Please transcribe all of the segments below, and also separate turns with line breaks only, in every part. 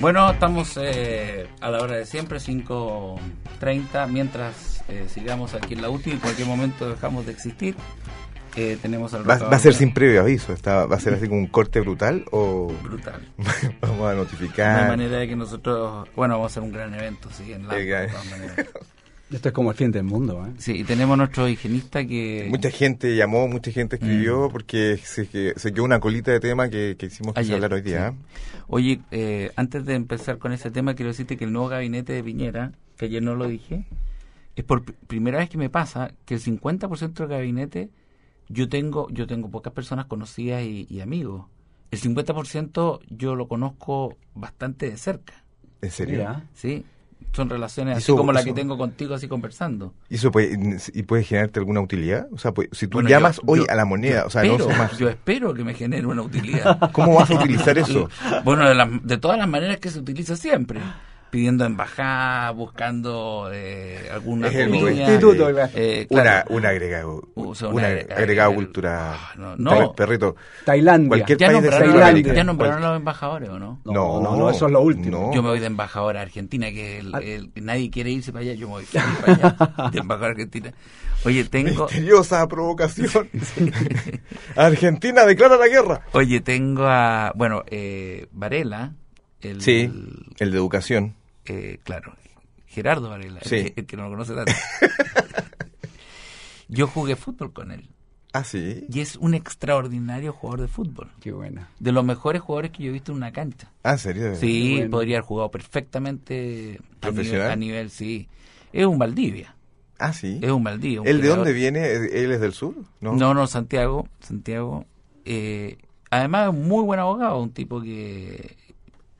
Bueno, estamos eh, a la hora de siempre, 5.30. Mientras eh, sigamos aquí en la UTI, en cualquier momento dejamos de existir. Eh, tenemos al
¿Va,
Rafa
va a ser
Barrera.
sin previo aviso? Está, ¿Va a ser así como un corte brutal o
Brutal.
vamos a
No hay
notificar?
manera de que nosotros. Bueno, vamos a hacer un gran evento, sí, en la.
Eh,
de
gran-
todas maneras.
Esto es como el fin del mundo, ¿eh?
Sí, y tenemos nuestro higienista que.
Mucha gente llamó, mucha gente escribió
Mm.
porque se, que- se quedó una colita de tema que, que hicimos que
Ayer,
hablar hoy día.
Oye, eh, antes de empezar con ese tema, quiero decirte que el nuevo gabinete de Piñera, que ayer no lo dije, es por pr- primera vez que me pasa que el 50% del gabinete, yo tengo, yo tengo pocas personas conocidas y, y amigos. El 50% yo lo conozco bastante de cerca,
¿En serio?
Mira.
¿sí? Son relaciones
Y
así
eso-
como la que
eso-
tengo contigo, así conversando.
¿Y eso puede, y puede generarte alguna utilidad? O sea, pues, si tú
Bueno, yo-
llamas hoy
yo-
a la moneda,
yo
o sea, no
espero-
son más.
Yo espero que me genere una utilidad.
¿Cómo vas a utilizar eso?
Bueno, de, las- de todas las maneras que se utiliza siempre. Pidiendo embajada, buscando eh, alguna
Es el
comida,
momento.
Instituto,
de-
iba.
eh,
una,
claro.
un agregado,
O sea,
un
una
agre-
agre-
agregado
agre-
cultural.
Ah, no, no.
Perrito,
Tailandia.
Cualquier-
¿Ya,
país de
nombraron,
Tailandia.
ya nombraron los embajadores o no?
No,
No,
no, no, eso es lo último.
no.
Yo me voy de embajador a Argentina, que el-
Ah.
el- nadie quiere irse para allá, yo me voy feliz para allá, de embajador a Argentina. Oye, tengo,
misteriosa provocación. Argentina declara la guerra.
oye, tengo a, bueno, eh, Varela, el,
Sí, el de educación.
eh, claro, Gerardo Varela, el
Sí.
que- el que no lo conoce tanto. Yo jugué fútbol con él
Ah, sí.
y es un extraordinario jugador de fútbol.
Qué buena.
De los mejores jugadores que yo he visto en una cancha.
Ah, en serio.
Sí,
bueno.
podría haber jugado perfectamente a nivel-
¿Profesional?
A, nivel, sí. Es un Valdivia,
Ah, sí.
es un Valdivia. un
¿El de
creador.
dónde viene? ¿Él es del sur? No.
No, no, Santiago, Santiago. eh, además es un muy buen abogado, un tipo que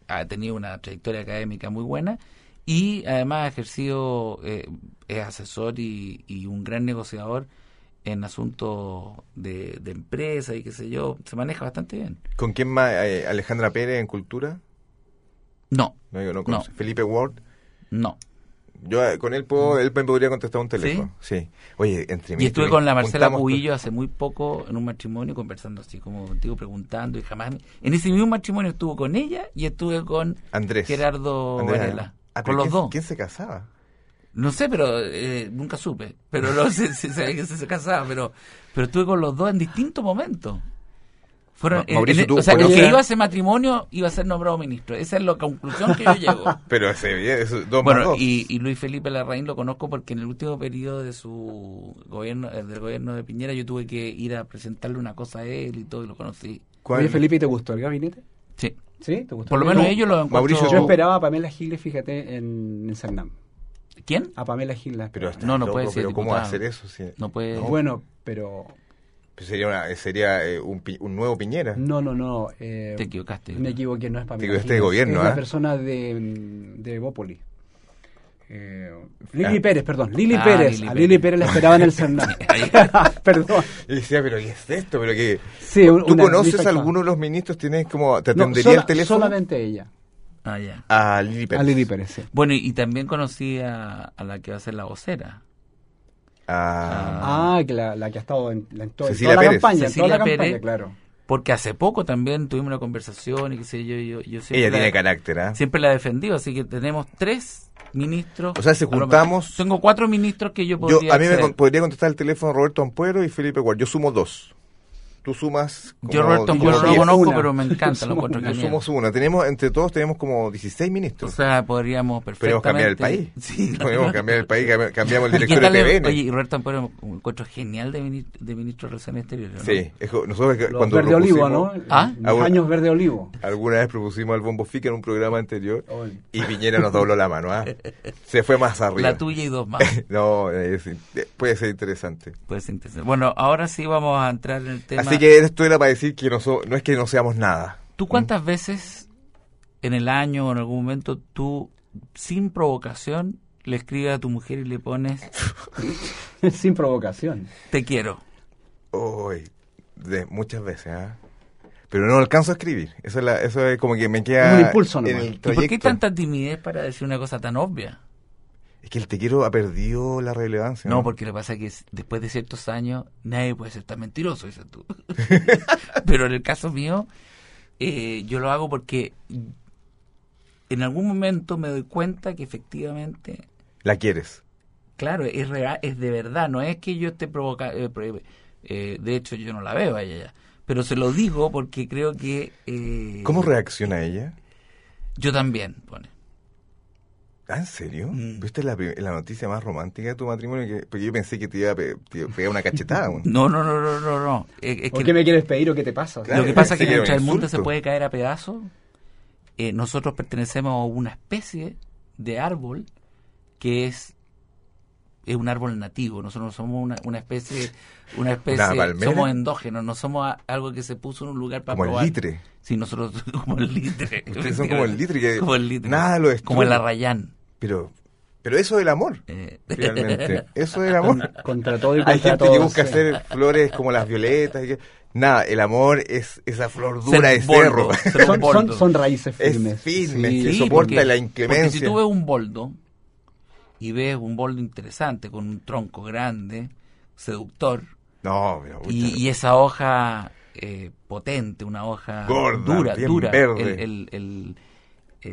ha tenido una trayectoria académica muy buena y además ha ejercido, eh, es asesor y, y un gran negociador en asuntos de, de empresa y qué sé yo, se maneja bastante bien.
¿Con quién más? Eh, ¿Alejandra Pérez en cultura?
No,
No, yo no conozco.
No.
Felipe Ward.
no.
Yo eh, con él puedo, él me podría contestar un teléfono. Sí. Oye, entre mí-
Y estuve
entre
con
mí,
la Marcela
juntamos-
Cubillo hace muy poco en un matrimonio conversando así como contigo, preguntando y jamás... En ese mismo matrimonio estuve con ella y estuve con
Andrés.
Gerardo
Andrés,
Varela. con
Ah, pero
los
¿quién-
dos.
¿Quién se casaba?
No sé, pero eh, nunca supe. Pero no sé si sabía que se casaba, pero, pero estuve con los dos en distintos momentos. Fueron, eh,
Ma- Mauricio,
en- e-
tú
o sea, el
conoces-
que iba a ese matrimonio iba a ser nombrado ministro. Esa es la conclusión que yo llego.
Pero ese, es dos más
Bueno,
dos.
y, y Luis Felipe Larraín lo conozco porque en el último periodo de su gobierno, eh, del gobierno de Piñera, yo tuve que ir a presentarle una cosa a él y todo, y lo conocí.
¿Cuál-
Oye, Felipe, ¿te gustó el gabinete?
Sí,
¿Sí? ¿Te gustó?
por lo
el
menos
gabinete?
ellos lo encuentro...
Mauricio,
Yo esperaba a Pamela Giles, fíjate, en, en Sarnam.
¿Quién?
A Pamela Giles la
Pero este
esperaba.
está
No, no
loco,
puede ser
Pero ¿cómo va a
diputado.
hacer eso? Sí.
No puede...
Bueno, pero...
Pues Sería, una- sería eh, un, pi- un nuevo Piñera.
No, no, no. eh,
Te equivocaste.
Me equivoqué, no es Pamela
equivocaste de
Giles,
gobierno,
Es
¿ah?
la persona de, mm, de Bópoli. Eh, Lili Pérez, perdón. Lili
Ah,
Pérez.
Lili
a
Pérez.
Lili Pérez la esperaban en el Sarnam. perdón.
Y decía, pero ¿qué es esto? Pero que,
Sí, un-
¿Tú
una
conoces
rifa-
a alguno de los ministros? ¿Tienes como, ¿Te
No,
atendería
sola-
el teléfono?
Solamente ella.
Ah, ya.
A Lili Pérez.
A Lili Pérez, sí.
Bueno, y, y también conocí a, a la que va a ser la vocera.
Ah,
Ah, que la, la que ha estado en, la, en todo- en
Cecilia
toda la
Pérez.
campaña, en toda la
Cecilia
campaña,
Pérez.
claro.
Porque hace poco también tuvimos una conversación y qué sé yo, yo, yo siempre,
ella tiene
la,
carácter, ¿ah?
siempre la he defendido, así que tenemos tres ministros.
O sea, si
A lo mejor-
juntamos-
Tengo cuatro ministros que yo
Yo,
podría
a mí me
acceder.
con- podría contestar el teléfono Roberto Ampuero y Felipe Guard. Yo sumo dos. Tú sumas. como
Yo Roberto
diez.
Ampuero no lo
diez.
conozco,
Una.
pero me encanta, lo
Somos
encuentro
una.
Yo
genial.
sumo una. Tenemos, entre todos tenemos como 16
O
ministros.
sea, podríamos
Podemos
perfectamente...
cambiar el país.
Pues, Sí,
Podemos cambiar el país, cambi- cambiamos el
¿Y qué
director de
tal el-
TVN.
Oye, y Roberto Ampuero, un encuentro genial de, mini- de ministro de Relaciones Exteriores. ¿no?
Sí, es que nosotros que-
Los
cuando
verde olivo, ¿no?
propusimos-
Ah.
Los
Ah,
años verde olivo.
Alguna vez propusimos al Bombo Fica en un programa anterior
Oy.
y Piñera nos dobló la mano, ¿ah? Se fue más arriba.
La tuya y dos más.
No, es- eh, puede ser interesante.
Puede ser interesante. Bueno, ahora sí vamos a entrar en el tema.
Así que esto era para decir que no, so- no es que no seamos nada.
¿Tú cuántas veces en el año o en algún momento tú, sin provocación, le escribes a tu mujer y le pones
Sin provocación.
te quiero?
Uy, de, muchas veces, ¿ah? Pero no alcanzo a escribir. Eso es, la- eso es como que me queda...
Es un impulso
en
nomás.
el
¿Y
¿Y por qué
trayecto.
tanta timidez para decir una cosa tan obvia?
Es que el te quiero ha perdido la relevancia.
No, porque lo que pasa es que s- después de ciertos años nadie puede ser tan mentiroso, dices tú. Pero en el caso mío, eh, yo lo hago porque en algún momento me doy cuenta que efectivamente,
La quieres.
claro, es real, es de verdad, no es que yo esté eh, provocando... eh, de hecho, yo no la veo a ella ya. Pero se lo digo porque creo que... eh,
¿Cómo reacciona ella?
Yo también, pone.
Ah, ¿en serio?
Mm.
Pero Esta es la, prim- la noticia más romántica de tu matrimonio. Que, porque yo pensé que te iba a pe- te iba a pegar una cachetada. weón.
No, no, no, no, no, no. Eh, es
¿Por
que-
qué me quieres pedir o qué te pasa?
Claro,
lo que pasa es que
sería un
mientras el mundo
insulto.
se puede caer a pedazos, eh, nosotros pertenecemos a una especie de árbol que es es un árbol nativo, nosotros no somos una, una especie, una especie,
palmera?
somos endógenos, no somos a- algo que se puso en un lugar para
Como el
probar.
litre.
Sí, nosotros como el litre.
Ustedes son como el litre que
Como el litre.
nada lo destruye.
Como el arrayán.
Pero, pero eso del amor,
eh.
finalmente. eso del amor.
Contra todo y contra
Hay gente
todo,
que busca
sí.
hacer flores como las violetas. y que- Nada, el amor es esa flor
Ser
dura de cerro.
boldo, ser un
Son, son-
boldo.
son raíces
Es
firmes.
firme,
Sí.
que soporta la
Porque si
inclemencia.
tú ves un boldo y ves un boldo interesante con un tronco grande, seductor,
No, pero pucha,
y, y esa hoja eh, potente, una hoja
Gorda,
dura,
bien
dura,
verde.
el, el, el,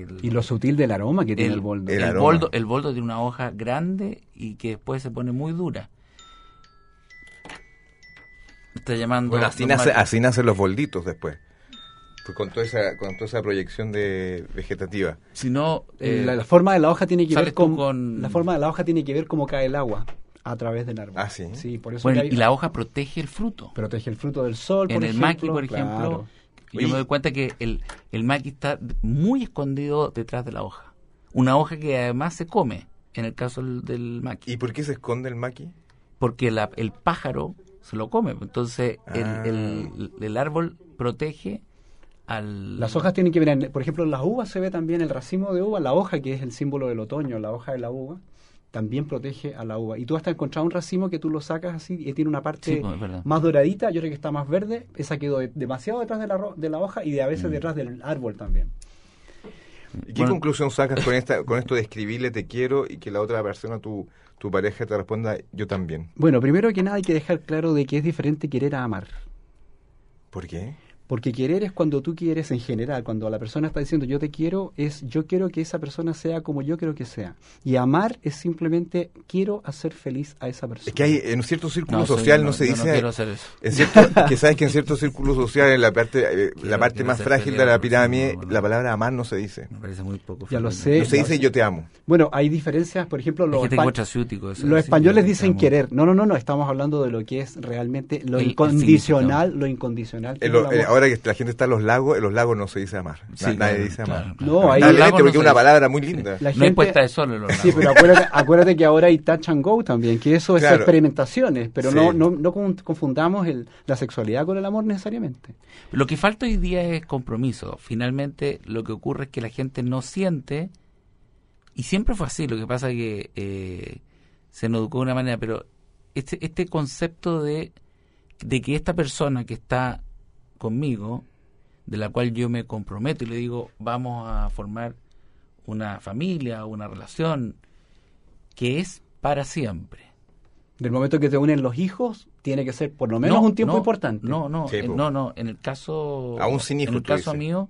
el-
Y lo sutil del aroma que tiene el, boldo.
el
el
aroma.
boldo, el boldo tiene una hoja grande y que después se pone muy dura. Está llamando.
Bueno, así,
don
nace-
Marco.
así nacen los bolditos después. Pues con, toda esa, con toda esa proyección de vegetativa.
Si no, eh,
la, la forma de la hoja tiene que
sales
ver
tú
con,
con-
la forma de la hoja tiene que ver cómo cae el agua a través del árbol.
Ah, sí.
por eso
bueno,
que hay-
y la hoja protege el fruto.
protege el fruto del sol,
en
por
el
ejemplo,
maqui, por
claro.
ejemplo,
Oye.
yo me doy cuenta que el, el maqui está muy escondido detrás de la hoja. Una hoja que además se come, en el caso del, del maqui,
¿Y por qué se esconde el maqui?
porque la- el pájaro se lo come. Entonces, el,
Ah.
el- el árbol protege al...
Las hojas tienen que ver, en- por ejemplo, en las uvas se ve también el racimo de uva, la hoja que es el símbolo del otoño, la hoja de la uva, también protege a la uva. Y tú hasta encontrar un racimo que tú lo sacas así y tiene una parte
Sí, pues, es verdad.
más doradita, yo creo que está más verde, esa quedó de- demasiado detrás de la, ro- de la hoja y de a veces
Mm.
detrás del árbol también.
¿Y qué
Bueno.
conclusión sacas con, esta, con esto de escribirle te quiero y que la otra persona, tu, tu pareja, te responda yo también?
Bueno, primero que nada hay que dejar claro de que es diferente querer a amar.
¿Por qué?
Porque querer es cuando tú quieres en general, cuando la persona está diciendo yo te quiero, es yo quiero que esa persona sea como yo quiero que sea. Y amar es simplemente quiero hacer feliz a esa persona.
Es que hay en un cierto círculo
No, soy-
social no, se
yo
dice...
No quiero hacer eso.
en cierto- que sabes que en cierto círculo social, en la parte, eh, la
Quiero-
parte
quiero
más
ser
frágil de
peleador,
la
sí,
pirámide,
bueno.
la palabra amar no se dice.
Me parece muy poco.
Ya lo
frecuente.
No
Eh,
se
no
dice yo te amo.
Bueno, hay diferencias, por ejemplo,
Hay
los,
gente que
espa-
encuentra ciútico eso,
los
decir,
españoles
te
dicen
amo.
querer. No, no, no, no, estamos hablando de lo que es realmente lo
El- el
incondicional,
significado.
lo incondicional. que
En
es
lo-
el amor.
eh, ahora que la gente está en los lagos, en los lagos no se dice amar.
Sí,
Na- nadie
claro,
dice amar.
claro,
No,
claro. Al
ahí-
Lamentablemente,
lago
porque
no
es una
se dice.
palabra muy linda.
La
No hay
gente-
puesta de sol en los
Sí,
lagos.
pero acuérdate, acuérdate que ahora hay touch and go también, que eso es
Claro.
experimentaciones, pero no,
Sí.
no, no con- confundamos el- la sexualidad con el amor necesariamente.
Lo que falta hoy día es compromiso. Finalmente, lo que ocurre es que la gente no siente, y siempre fue así, lo que pasa que eh, se nos educó de una manera, pero este, este concepto de, de que esta persona que está conmigo, de la cual yo me comprometo y le digo, vamos a formar una familia, una relación, que es para siempre.
Del momento que te unen los hijos, tiene que ser por lo menos
No,
un tiempo
no,
importante.
No, no,
Sí,
eh,
po.
no, no. En el caso.
Aún sin hijos,
En el
tú
caso
dices.
mío,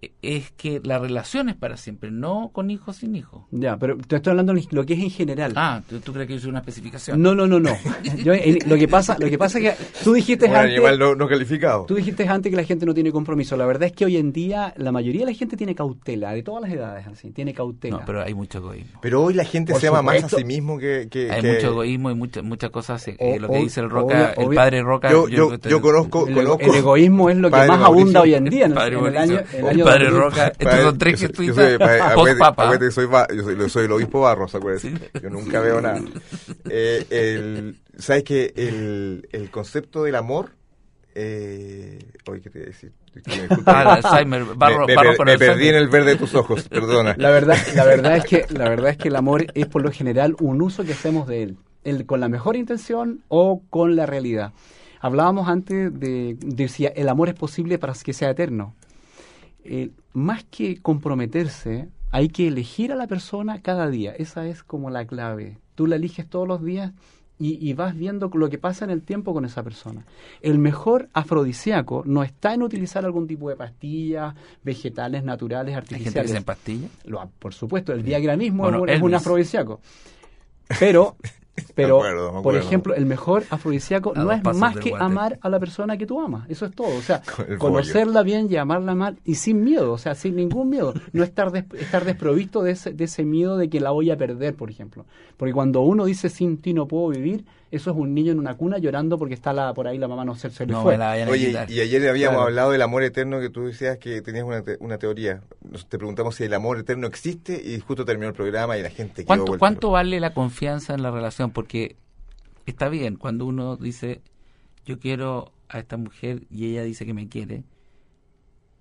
eh, es que la relación es para siempre, no con hijos sin hijos.
Ya, pero te estoy hablando de lo que es en general.
Ah, ¿tú, tú crees que yo soy una especificación?
no, no, no, no. Yo, en- lo que pasa, lo que pasa es que tú dijiste
Un
antes,
animal no, no calificado.
tú dijiste antes que la gente no tiene compromiso. La verdad es que hoy en día la mayoría de la gente tiene cautela, de todas las edades así, tiene cautela.
No, pero hay mucho egoísmo.
Pero hoy la gente
Por
se ama más a
supuesto.
sí mismo que... que-
Hay
que-
mucho egoísmo y muchas muchas cosas. eh,
O-
eh, lo que
o-
dice el Roca,
obvia- obvia-
el padre Roca. creo
Yo, yo,
que
yo,
ustedes-
conozco...
el,
conozco
el egoísmo es lo que
Padre
más
Mauricio.
abunda hoy en día. En,
Padre
en el
Mauricio,
año,
el
el año
padre
2000.
Roca. Estos son tres
Yo
que
soy- yo soy- pa-
tuitas
acuérdate-
post papa.
acuérdate que soy, ba- yo soy, yo soy el obispo Barros, acuérdate. Yo nunca veo nada. Eh, el- ¿Sabes que el, el concepto del amor... Eh, oye, ¿qué te iba a decir? Disculpa.
Ah, el Alzheimer, barro,
me, me
barro
per-
con
me
Alzheimer.
perdí en el verde de tus ojos, perdona.
La verdad, la verdad es que la verdad es que el amor es por lo general un uso que hacemos de él, el con la mejor intención o con la realidad. Hablábamos antes de, de si el amor es posible para que sea eterno. Eh, más que comprometerse, Hay que elegir a la persona cada día. Esa es como la clave. Tú la eliges todos los días y, y vas viendo lo que pasa en el tiempo con esa persona. El mejor afrodisíaco no está en utilizar algún tipo de pastillas, vegetales, naturales,
Hay gente que
artificiales.
se pastilla.
Lo- por supuesto, el diagramismo
Bueno,
es, un, es un
Elvis.
afrodisíaco. Pero, pero
Me acuerdo, me
por
acuerdo.
ejemplo, el mejor afrodisíaco
A
no
dos
es
pasos
más
del
que
water.
amar a la persona que tú amas. Eso es todo. O sea,
Con el
conocerla bien y amarla mal y sin miedo, o sea, sin ningún miedo. No estar, des- estar desprovisto de ese, de ese miedo de que la voy a perder, por ejemplo. Porque cuando uno dice sin ti no puedo vivir, eso es un niño en una cuna llorando porque está la, por ahí la mamá no se, se le
No
fue.
me la vayan a
Oye,
quitar.
y ayer habíamos
Claro.
hablado del amor eterno que tú decías que tenías una, te- una teoría. Nos- te preguntamos si el amor eterno existe y justo terminó el programa y la gente quedó
¿Cuánto,
vuelta
¿Cuánto vale la confianza en la relación? Porque está bien cuando uno dice, yo quiero a esta mujer y ella dice que me quiere,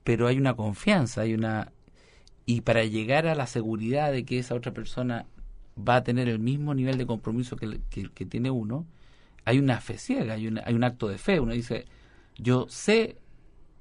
pero hay una confianza, hay una... Y para llegar a la seguridad de que esa otra persona va a tener el mismo nivel de compromiso que, el- que- que tiene uno, hay una fe ciega, hay, una- hay un acto de fe. Uno dice, yo sé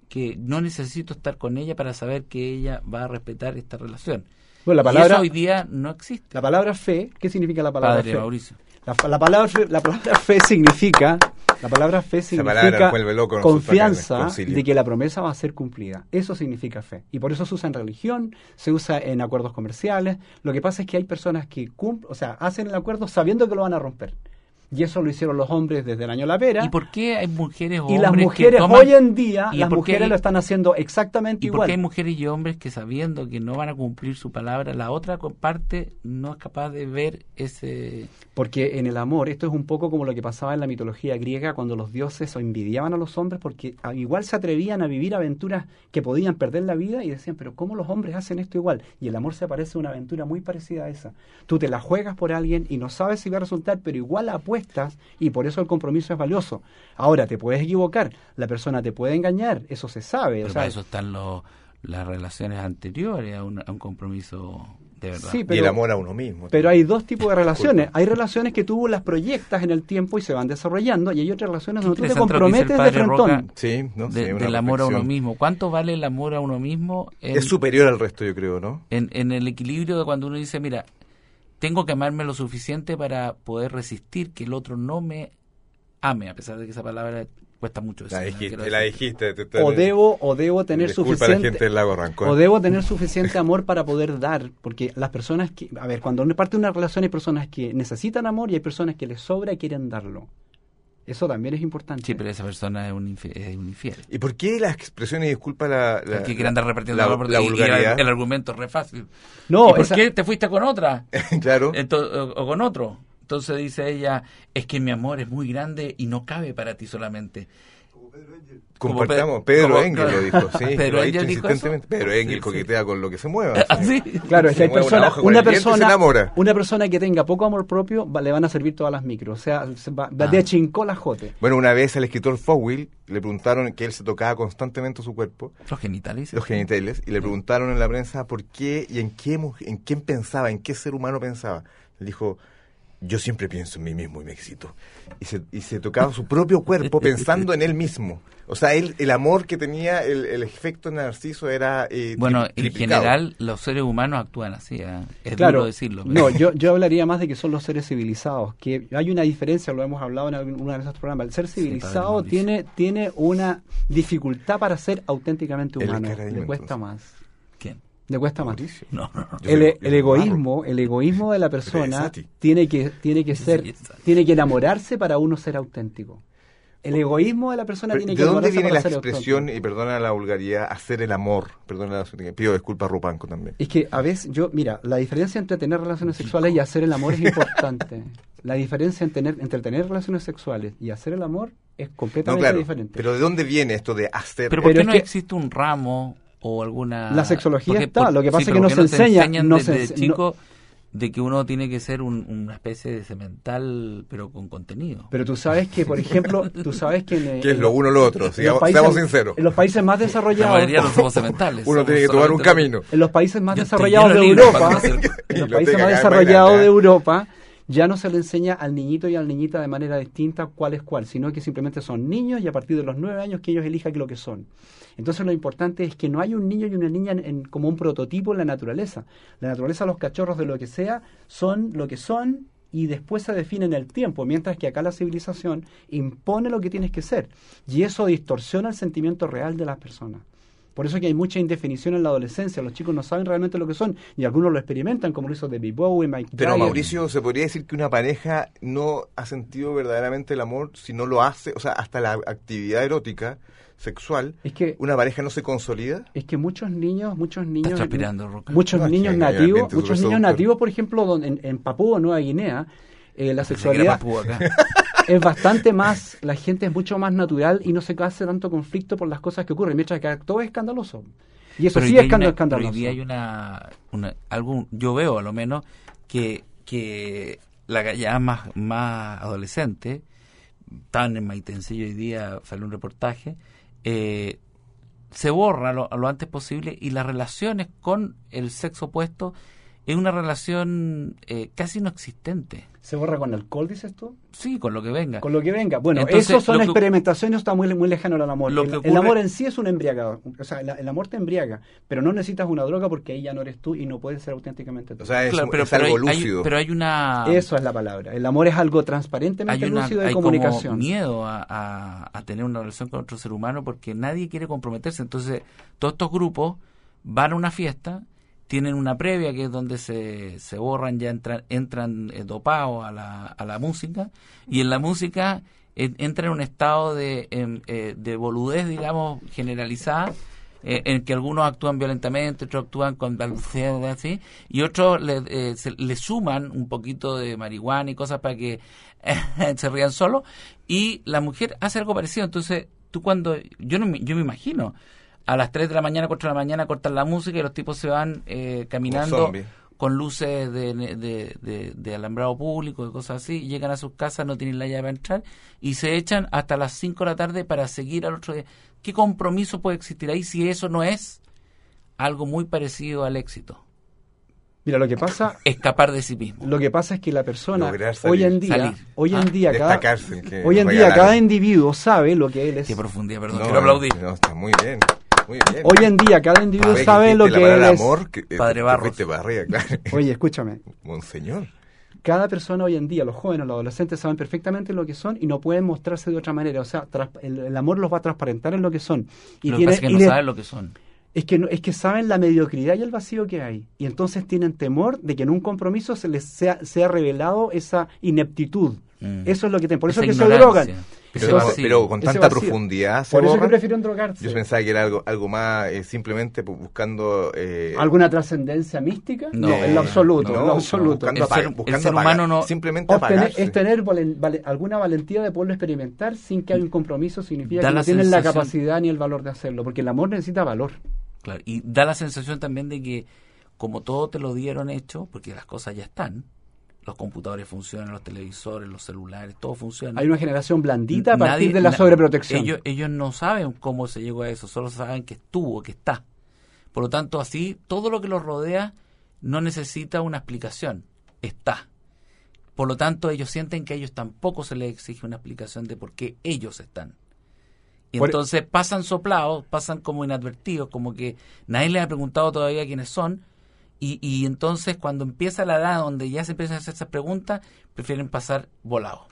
que no necesito estar con ella para saber que ella va a respetar esta relación.
Bueno, la
Y
palabra,
eso hoy día no existe.
la palabra fe, ¿qué significa la palabra
Padre
fe?
Mauricio.
La, fa- la palabra, fe- la palabra fe significa, la palabra fe
palabra
significa
nos vuelve locos a nosotros acá en el
confianza
concilio.
de que la promesa va a ser cumplida. Eso significa fe. Y por eso se usa en religión, se usa en acuerdos comerciales. Lo que pasa es que hay personas que cumplen, o sea, hacen el acuerdo sabiendo que lo van a romper. Y eso lo hicieron los hombres desde el año La Pera.
¿Y por qué hay mujeres o
Y
hombres
las
que
mujeres
toman-
hoy en día,
¿Y
las
por qué
mujeres
hay-
lo están haciendo exactamente
¿Y por
igual.
qué hay mujeres y hombres que sabiendo que no van a cumplir su palabra, la otra co- parte no es capaz de ver ese...
Porque en el amor, esto es un poco como lo que pasaba en la mitología griega cuando los dioses envidiaban a los hombres porque a- igual se atrevían a vivir aventuras que podían perder la vida y decían, pero ¿cómo los hombres hacen esto igual? Y el amor se parece a una aventura muy parecida a esa. Tú te la juegas por alguien y no sabes si va a resultar, pero igual apuestas y por eso el compromiso es valioso. Ahora, te puedes equivocar, la persona te puede engañar, eso se sabe.
Pero
o sea,
para eso están los- las relaciones anteriores a un, a un compromiso de verdad.
Sí,
Y el
pero-
amor a uno mismo.
Pero hay dos tipos de relaciones. Hay relaciones que tú las proyectas en el tiempo y se van desarrollando, y hay otras relaciones donde tú te
interesante lo que dice el
comprometes de
padre
frentón.
Roca.
Sí, ¿no?
de-
Sí, una
del amor a uno
reflexión.
mismo. ¿Cuánto vale el amor a uno mismo en,
Es superior al resto, yo creo, ¿no?
en, en el equilibrio de cuando uno dice, mira, tengo que amarme lo suficiente para poder resistir que el otro no me ame, a pesar de que esa palabra cuesta mucho
Pues
La
decirla,
dijiste,
quiero
la
decir.
dijiste. te- te-
O debo, o debo tener
disculpa a la gente
suficiente.
del lago Rancor.
O debo tener suficiente amor para poder dar, porque las personas que, a ver, cuando uno parte de una relación hay personas que necesitan amor y hay personas que les sobra y quieren darlo. Eso también es importante.
Sí, pero esa persona es un, infi- es un infiel.
¿Y por qué las expresiones, disculpa la... la-
Porque quiere andar repartiendo
la-
amor por-
la
y- y
vulgaridad.
el, el argumento es re fácil. ¿Y
no,
por
esa-
qué te fuiste con otra?
claro.
Ento- o, o con otro. Entonces dice ella, es que mi amor es muy grande y no cabe para ti solamente.
Compartamos.
como Pe-
Pedro
como-
Engel lo dijo, sí.
Pedro
lo ha dicho
Engel dijo eso.
insistentemente. Pedro
Sí,
Engel
sí. Eh,
coquetea con lo que se mueva.
Así.
Claro, es
Se
que hay
mueve una
personas,
hoja con
una,
el viento y se enamora.
persona, una persona que tenga poco amor propio, va- le van a servir todas las micros. O sea, se va, va de
Ah.
chincó la jote.
Bueno, una vez al escritor Fowl le preguntaron que él se tocaba constantemente su cuerpo,
Los genitales.
los genitales, y le preguntaron en la prensa por qué y en qué mu- en quién pensaba, en qué ser humano pensaba. Él dijo, yo siempre pienso en mí mismo y me excito. Y se, y se tocaba su propio cuerpo pensando en él mismo. O sea, él, el amor que tenía, el, el efecto narciso era... eh, tri-
Bueno, en
triplicado.
general los seres humanos actúan así. ¿eh? Es duro decirlo. pero-
No, yo, yo hablaría más de que son los seres civilizados, que hay una diferencia, lo hemos hablado en uno de nuestros programas. El ser
padre
civilizado
Mauricio.
tiene, tiene una dificultad para ser auténticamente
Él es
humano.
caraíno,
Le cuesta
entonces.
más.
¿Quién?
Le cuesta más.
No, no, no.
Yo soy-
El,
yo
el
soy
egoísmo, el egoísmo de la
Pero
persona
es Sati.
tiene que, tiene que
Sí,
ser,
es Sati.
tiene que enamorarse para uno ser auténtico. El egoísmo de la persona
Pero,
tiene que
¿De dónde
enamorarse
viene la
para ser
expresión,
auténtico.
y perdona la vulgaridad, hacer el amor? Perdona la, pido disculpas a Rupanco también.
Es que a veces yo, mira, la diferencia entre tener relaciones sexuales y hacer el amor es importante. La diferencia en tener- entre tener relaciones sexuales y hacer el amor es
No,
completamente
claro.
diferente.
Pero ¿de dónde viene esto de hacer
Pero ¿por
Pero
qué
es
no
que-
existe un ramo o alguna...
La sexología
Porque-
está,
por-
lo que pasa es
pero
que no
¿por qué
se enseña,
enseñan
no
desde
se ense-
chico de que uno tiene que ser un- una especie de semental, pero con contenido.
Pero tú sabes que, por ejemplo, tú sabes que en, eh,
¿Qué es lo
en-
uno o lo otro?
en los
Sigamos-
países-
Seamos sinceros.
en los países más
La
desarrollados,
mayoría no somos sementales.
Uno
somos
tiene que tomar un
solamente-
camino.
en los países más
Yo estoy
desarrollados
lleno
de
de libros,
Europa,
Paco.
en
Y
los
lo
países
tenga acá
más
en
desarrollados
Bailandia.
de Europa, Ya no se le enseña al niñito y al niñita de manera distinta cuál es cuál, sino que simplemente son niños y a partir de los nueve años que ellos elijan lo que son. Entonces lo importante es que no hay un niño y una niña en- en- como un prototipo en la naturaleza. La naturaleza, los cachorros de lo que sea, son lo que son y después se define en el tiempo, mientras que acá la civilización impone lo que tienes que ser. Y eso distorsiona el sentimiento real de las personas. Por eso que hay mucha indefinición en la adolescencia, los chicos no saben realmente lo que son y algunos lo experimentan, como lo hizo David Bowie, Mike
Pero
Jagger.
Mauricio, ¿se podría decir que una pareja no ha sentido verdaderamente el amor si no lo hace? O sea, hasta la actividad erótica, sexual,
Es que
¿una pareja no se consolida?
es que muchos niños, muchos
Estás
niños
transpirando, Roca.
muchos
No, es que
niños
hay
nativos,
ambiente
muchos
reproductor.
niños nativos, por ejemplo, donde- en, en Papúa Nueva Guinea,
Pensé que
eh, la
era
sexualidad
papúa acá.
es bastante más, la gente es mucho más natural y no se hace tanto conflicto por las cosas que ocurren, mientras que acá todo es escandaloso. Y eso
Pero hoy
sí
día
es
hay una-
escándalo-
Hoy día hay
escandaloso.
una, una- algún, yo veo a lo menos que, que la gallada más, más adolescente, tan en Maitencillo hoy día salió un reportaje, eh, se borra lo, lo antes posible y las relaciones con el sexo opuesto es una relación eh, casi no existente.
¿Se borra con alcohol, dices tú?
Sí, con lo que venga.
Con lo que venga. Bueno,
Entonces,
eso son
lo que-
experimentaciones, está muy, muy lejano al amor.
Lo
El,
que
el
ocurre-
amor en sí es un embriagador. O sea, la- el amor te embriaga, pero no necesitas una droga porque ahí ya no eres tú y no puedes ser auténticamente tú.
O sea, es,
Claro, pero,
es
pero
algo
hay- hay,
lúcido.
pero hay una...
Eso es la palabra. El amor es algo transparentemente
ah. hay una
lúcido de
hay
comunicación.
como miedo a, a- a tener una relación con otro ser humano porque nadie quiere comprometerse entonces todos estos grupos van a una fiesta tienen una previa que es donde se, se borran ya entran entran eh, dopados a la, a la música y en la música eh, entra en un estado de em, eh, de boludez digamos generalizada eh, en que algunos actúan violentamente, otros actúan con balbuceada, así, y otros le, eh, se- le suman un poquito de marihuana y cosas para que se rían solo, y la mujer hace algo parecido. Entonces, tú cuando, yo, no, me- yo me imagino, a las 3 de la mañana, 4 de la mañana cortan la música y los tipos se van eh, caminando
zombies.
con luces de, de, de- de alambrado público y cosas así, y llegan a sus casas, no tienen la llave para entrar y se echan hasta las 5 de la tarde para seguir al otro día. ¿Qué compromiso puede existir ahí si eso no es algo muy parecido al éxito?
Mira, lo que pasa,
Escapar de sí mismo.
lo que pasa es que la persona
Lograr salir.
hoy en día,
Salir.
hoy en
Ah,
día cada,
Destacarse. que
hoy en
eh, nos
día cada
regalaron.
individuo sabe lo que él es.
Qué profundidad, perdón,
No,
quiero aplaudir.
No, está muy bien. Muy bien.
Hoy en día cada individuo
Oye,
sabe
dijiste
lo
la
que él
palabra
es.
amor, que, eh,
Padre
te
Barros.
fuiste para arriba, claro.
Oye, escúchame.
Monseñor.
Cada persona hoy en día, los jóvenes, los adolescentes, saben perfectamente lo que son y no pueden mostrarse de otra manera. O sea, tras- el, el amor los va a transparentar en lo que son. Y
lo que
tiene-
pasa es que
y
no
le-
saben lo que son.
Es que, no- es que saben la mediocridad y el vacío que hay. Y entonces tienen temor de que en un compromiso se les sea, sea revelado esa ineptitud.
Mm.
Eso es lo que tienen. Por eso
Esa
es que se
ignorancia.
drogan.
Ese
Se
Pero,
va-
con-
vacío.
pero con
Ese
tanta
vacío.
profundidad se
Por eso es que
borra.
prefieren drogarse.
Yo pensaba que era algo, algo más eh, simplemente bu- buscando... eh,
¿Alguna trascendencia mística?
No,
en lo absoluto.
no,
en lo absoluto.
Buscando,
El ser-
apagar-
el
buscando
ser
apagar,
humano no- este-
Simplemente
Obtener-
apagarse.
es tener valen- vale- alguna valentía de poderlo experimentar sin que haya un compromiso significa
Da
que
la
no tienen la
sensación-
capacidad ni el valor de hacerlo, porque el amor necesita valor.
Claro, y da la sensación también de que como todo te lo dieron hecho, porque las cosas ya están, los computadores funcionan, los televisores, los celulares, todo funciona.
Hay una generación blandita a
Nadie-
partir de la
na-
sobreprotección.
Ellos, ellos no saben cómo se llegó a eso, solo saben que estuvo, que está. Por lo tanto, así todo lo que los rodea no necesita una explicación, está. Por lo tanto, ellos sienten que a ellos tampoco se les exige una explicación de por qué ellos están. Y
Por- e-
entonces pasan soplados, pasan como inadvertidos, como que nadie les ha preguntado todavía quiénes son. Y, y entonces cuando empieza la edad donde ya se empiezan a hacer esas preguntas, prefieren pasar volados.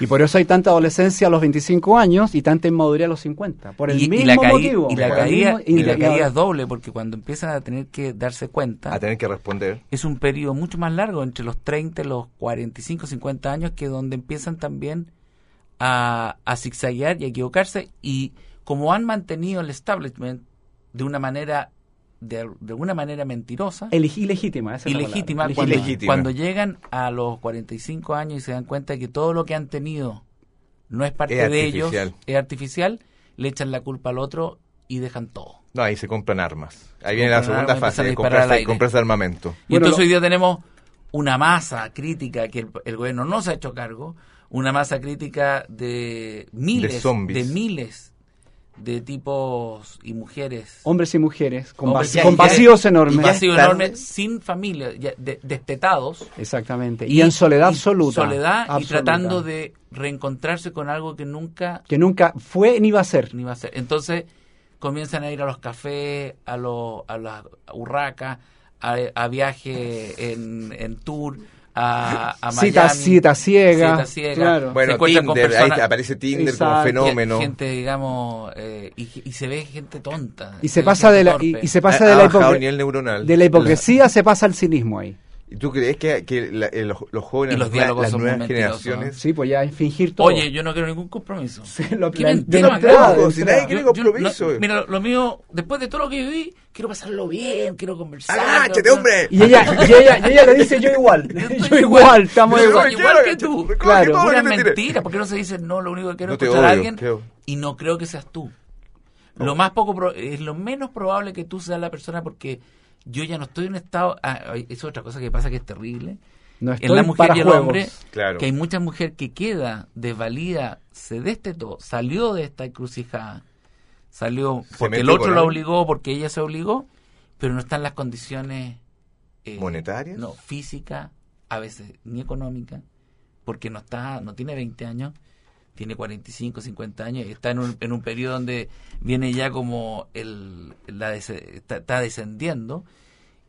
Y por eso hay tanta adolescencia a los 25 años y tanta inmadurez a los 50. Por el mismo
la caí-
motivo.
y la
por el
caída,
mismo-
y la
y-
caída es doble, porque cuando empiezan a tener que darse cuenta,
A tener que responder.
es un periodo mucho más largo, entre los 30 y los 45, 50 años, que donde empiezan también a, a zigzaguear y a equivocarse. Y como han mantenido el establishment de una manera, de, de alguna manera mentirosa,
Eleg- ilegítima. esa es la palabra.
ilegítima,
Ilegítima.
cuando,
Ilegítima.
cuando llegan a los 45 años y se dan cuenta que todo lo que han tenido no es parte
Es
de ellos,
artificial.
es artificial, le echan la culpa al otro y dejan todo.
No, ahí se compran armas. Ahí
Se
viene la
compran
segunda
armas, empiezan
fase,
a
de
disparar al
comprarse,
aire.
comprarse armamento.
Y
Bueno,
entonces
lo-
hoy día tenemos una masa crítica que el, el gobierno no se ha hecho cargo, una masa crítica de miles,
De zombies.
miles de tipos y mujeres.
Hombres y mujeres, con,
Hombres
vac-
y
con
mujeres.
vacíos
Y
enormes.
ya
vacío
están-
enorme, sin familia, ya de- despetados.
Exactamente. Y, en soledad
y
absoluta.
Soledad y
absoluta.
tratando de reencontrarse con algo que nunca
Que nunca fue ni va a ser.
ni va a ser. Entonces comienzan a ir a los cafés, a, los a las urracas, a, a viaje en, en tour, a, a Miami.
Cita, cita ciega.
Cita ciega.
Claro.
Se
Bueno,
encuentran con
Tinder,
personas-
ahí aparece Tinder
Exacto.
como fenómeno.
Gente, digamos, eh, y, y se ve gente tonta.
Y se
ve
pasa
gente
de la,
torpe.
y, y se
Ha-
pasa
ha
de la,
bajado
hipocre-
a nivel neuronal.
de la hipocresía, se pasa al cinismo ahí.
¿Y tú crees que, que la- eh, los, los jóvenes,
Y los
la-
diálogos
las
son muy
nuevas
mentirosos,
generaciones?
Sí, pues ya es fingir todo.
Oye, yo no quiero ningún compromiso.
Sí, lo-
Qué
la-
mentira
de
más
entrada,
grande.
de
Ojo, si nadie
entrada.
quiere
Yo- yo no-
compromiso.
mira, lo mío, después de todo lo que viví, quiero pasarlo bien, quiero conversar.
¡Agáchate,
quiero-
hombre!
Y ella, y ella, y ella le dice yo igual. yo igual, estamos
Yo
igual.
soy igual que
Yo
tú.
quiero-
Claro.
todo lo
Pura
que te tiré.
mentira, porque no se dice no, lo único que quiero
No
es
te
escuchar a
odio,
alguien
creo.
y no creo que seas tú. Lo más poco pro- es lo menos probable que tú seas la persona porque yo ya no estoy en un estado, ah, ay, eso es otra cosa que pasa que es terrible.
No
en la mujer y el
juegos.
hombre,
Claro.
que hay mucha mujer que queda desvalida, se destetó, salió de esta encrucijada, salió porque
metió
el otro
con
la
él.
obligó, porque ella se obligó, pero no están las condiciones eh,
¿Monetarias?
No, física, a veces ni económica, porque no está, no tiene 20 años, tiene 45, 50 años, y está en un, en un periodo donde viene ya como el, la des- está, está descendiendo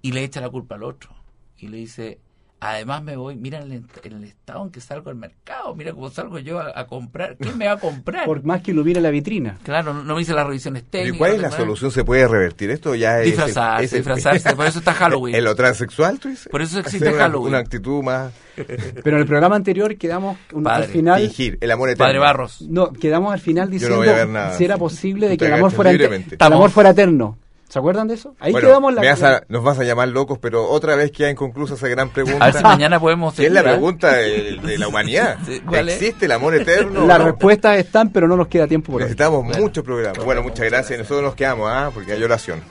y le echa la culpa al otro. Y le dice, además me voy, mira en el, en el estado en que salgo al mercado, mira cómo salgo yo a, a comprar, ¿quién me va a comprar?
Por más que ilumine la vitrina.
Claro, no, no me hice las revisiones
¿Y
técnicas.
cuál
no
es la
tengo nada.
solución? ¿Se puede revertir esto? ya es el-
Disfrazarse,
es el-
disfrazarse, por eso está Halloween.
¿En lo transexual, tú dices?
Por eso existe
Hacer una-
Halloween.
Una actitud más...
Pero en el programa anterior quedamos un-
Padre,
al final.
Fingir, el amor eterno.
Padre Barros.
No, quedamos al final
Yo
diciendo
no voy a ver nada.
si era
Sí.
posible de
Tú te
que el amor,
agachas
fuera ete-
libremente.
el amor fuera eterno. ¿Se acuerdan de eso? Ahí
Bueno,
quedamos la.
me vas a- nos vas a llamar locos, pero otra vez queda inconclusa esa gran pregunta.
A ver si mañana podemos...
¿Qué es la
seguir, ¿eh?
pregunta de, de la humanidad?
Sí, ¿cuál es?
¿Existe el amor eterno?
Las
No.
respuestas están, pero no nos queda tiempo por hoy.
Necesitamos
Bueno.
muchos programas. Bueno, muchas gracias. Nosotros nos quedamos, ¿ah? Porque hay oración.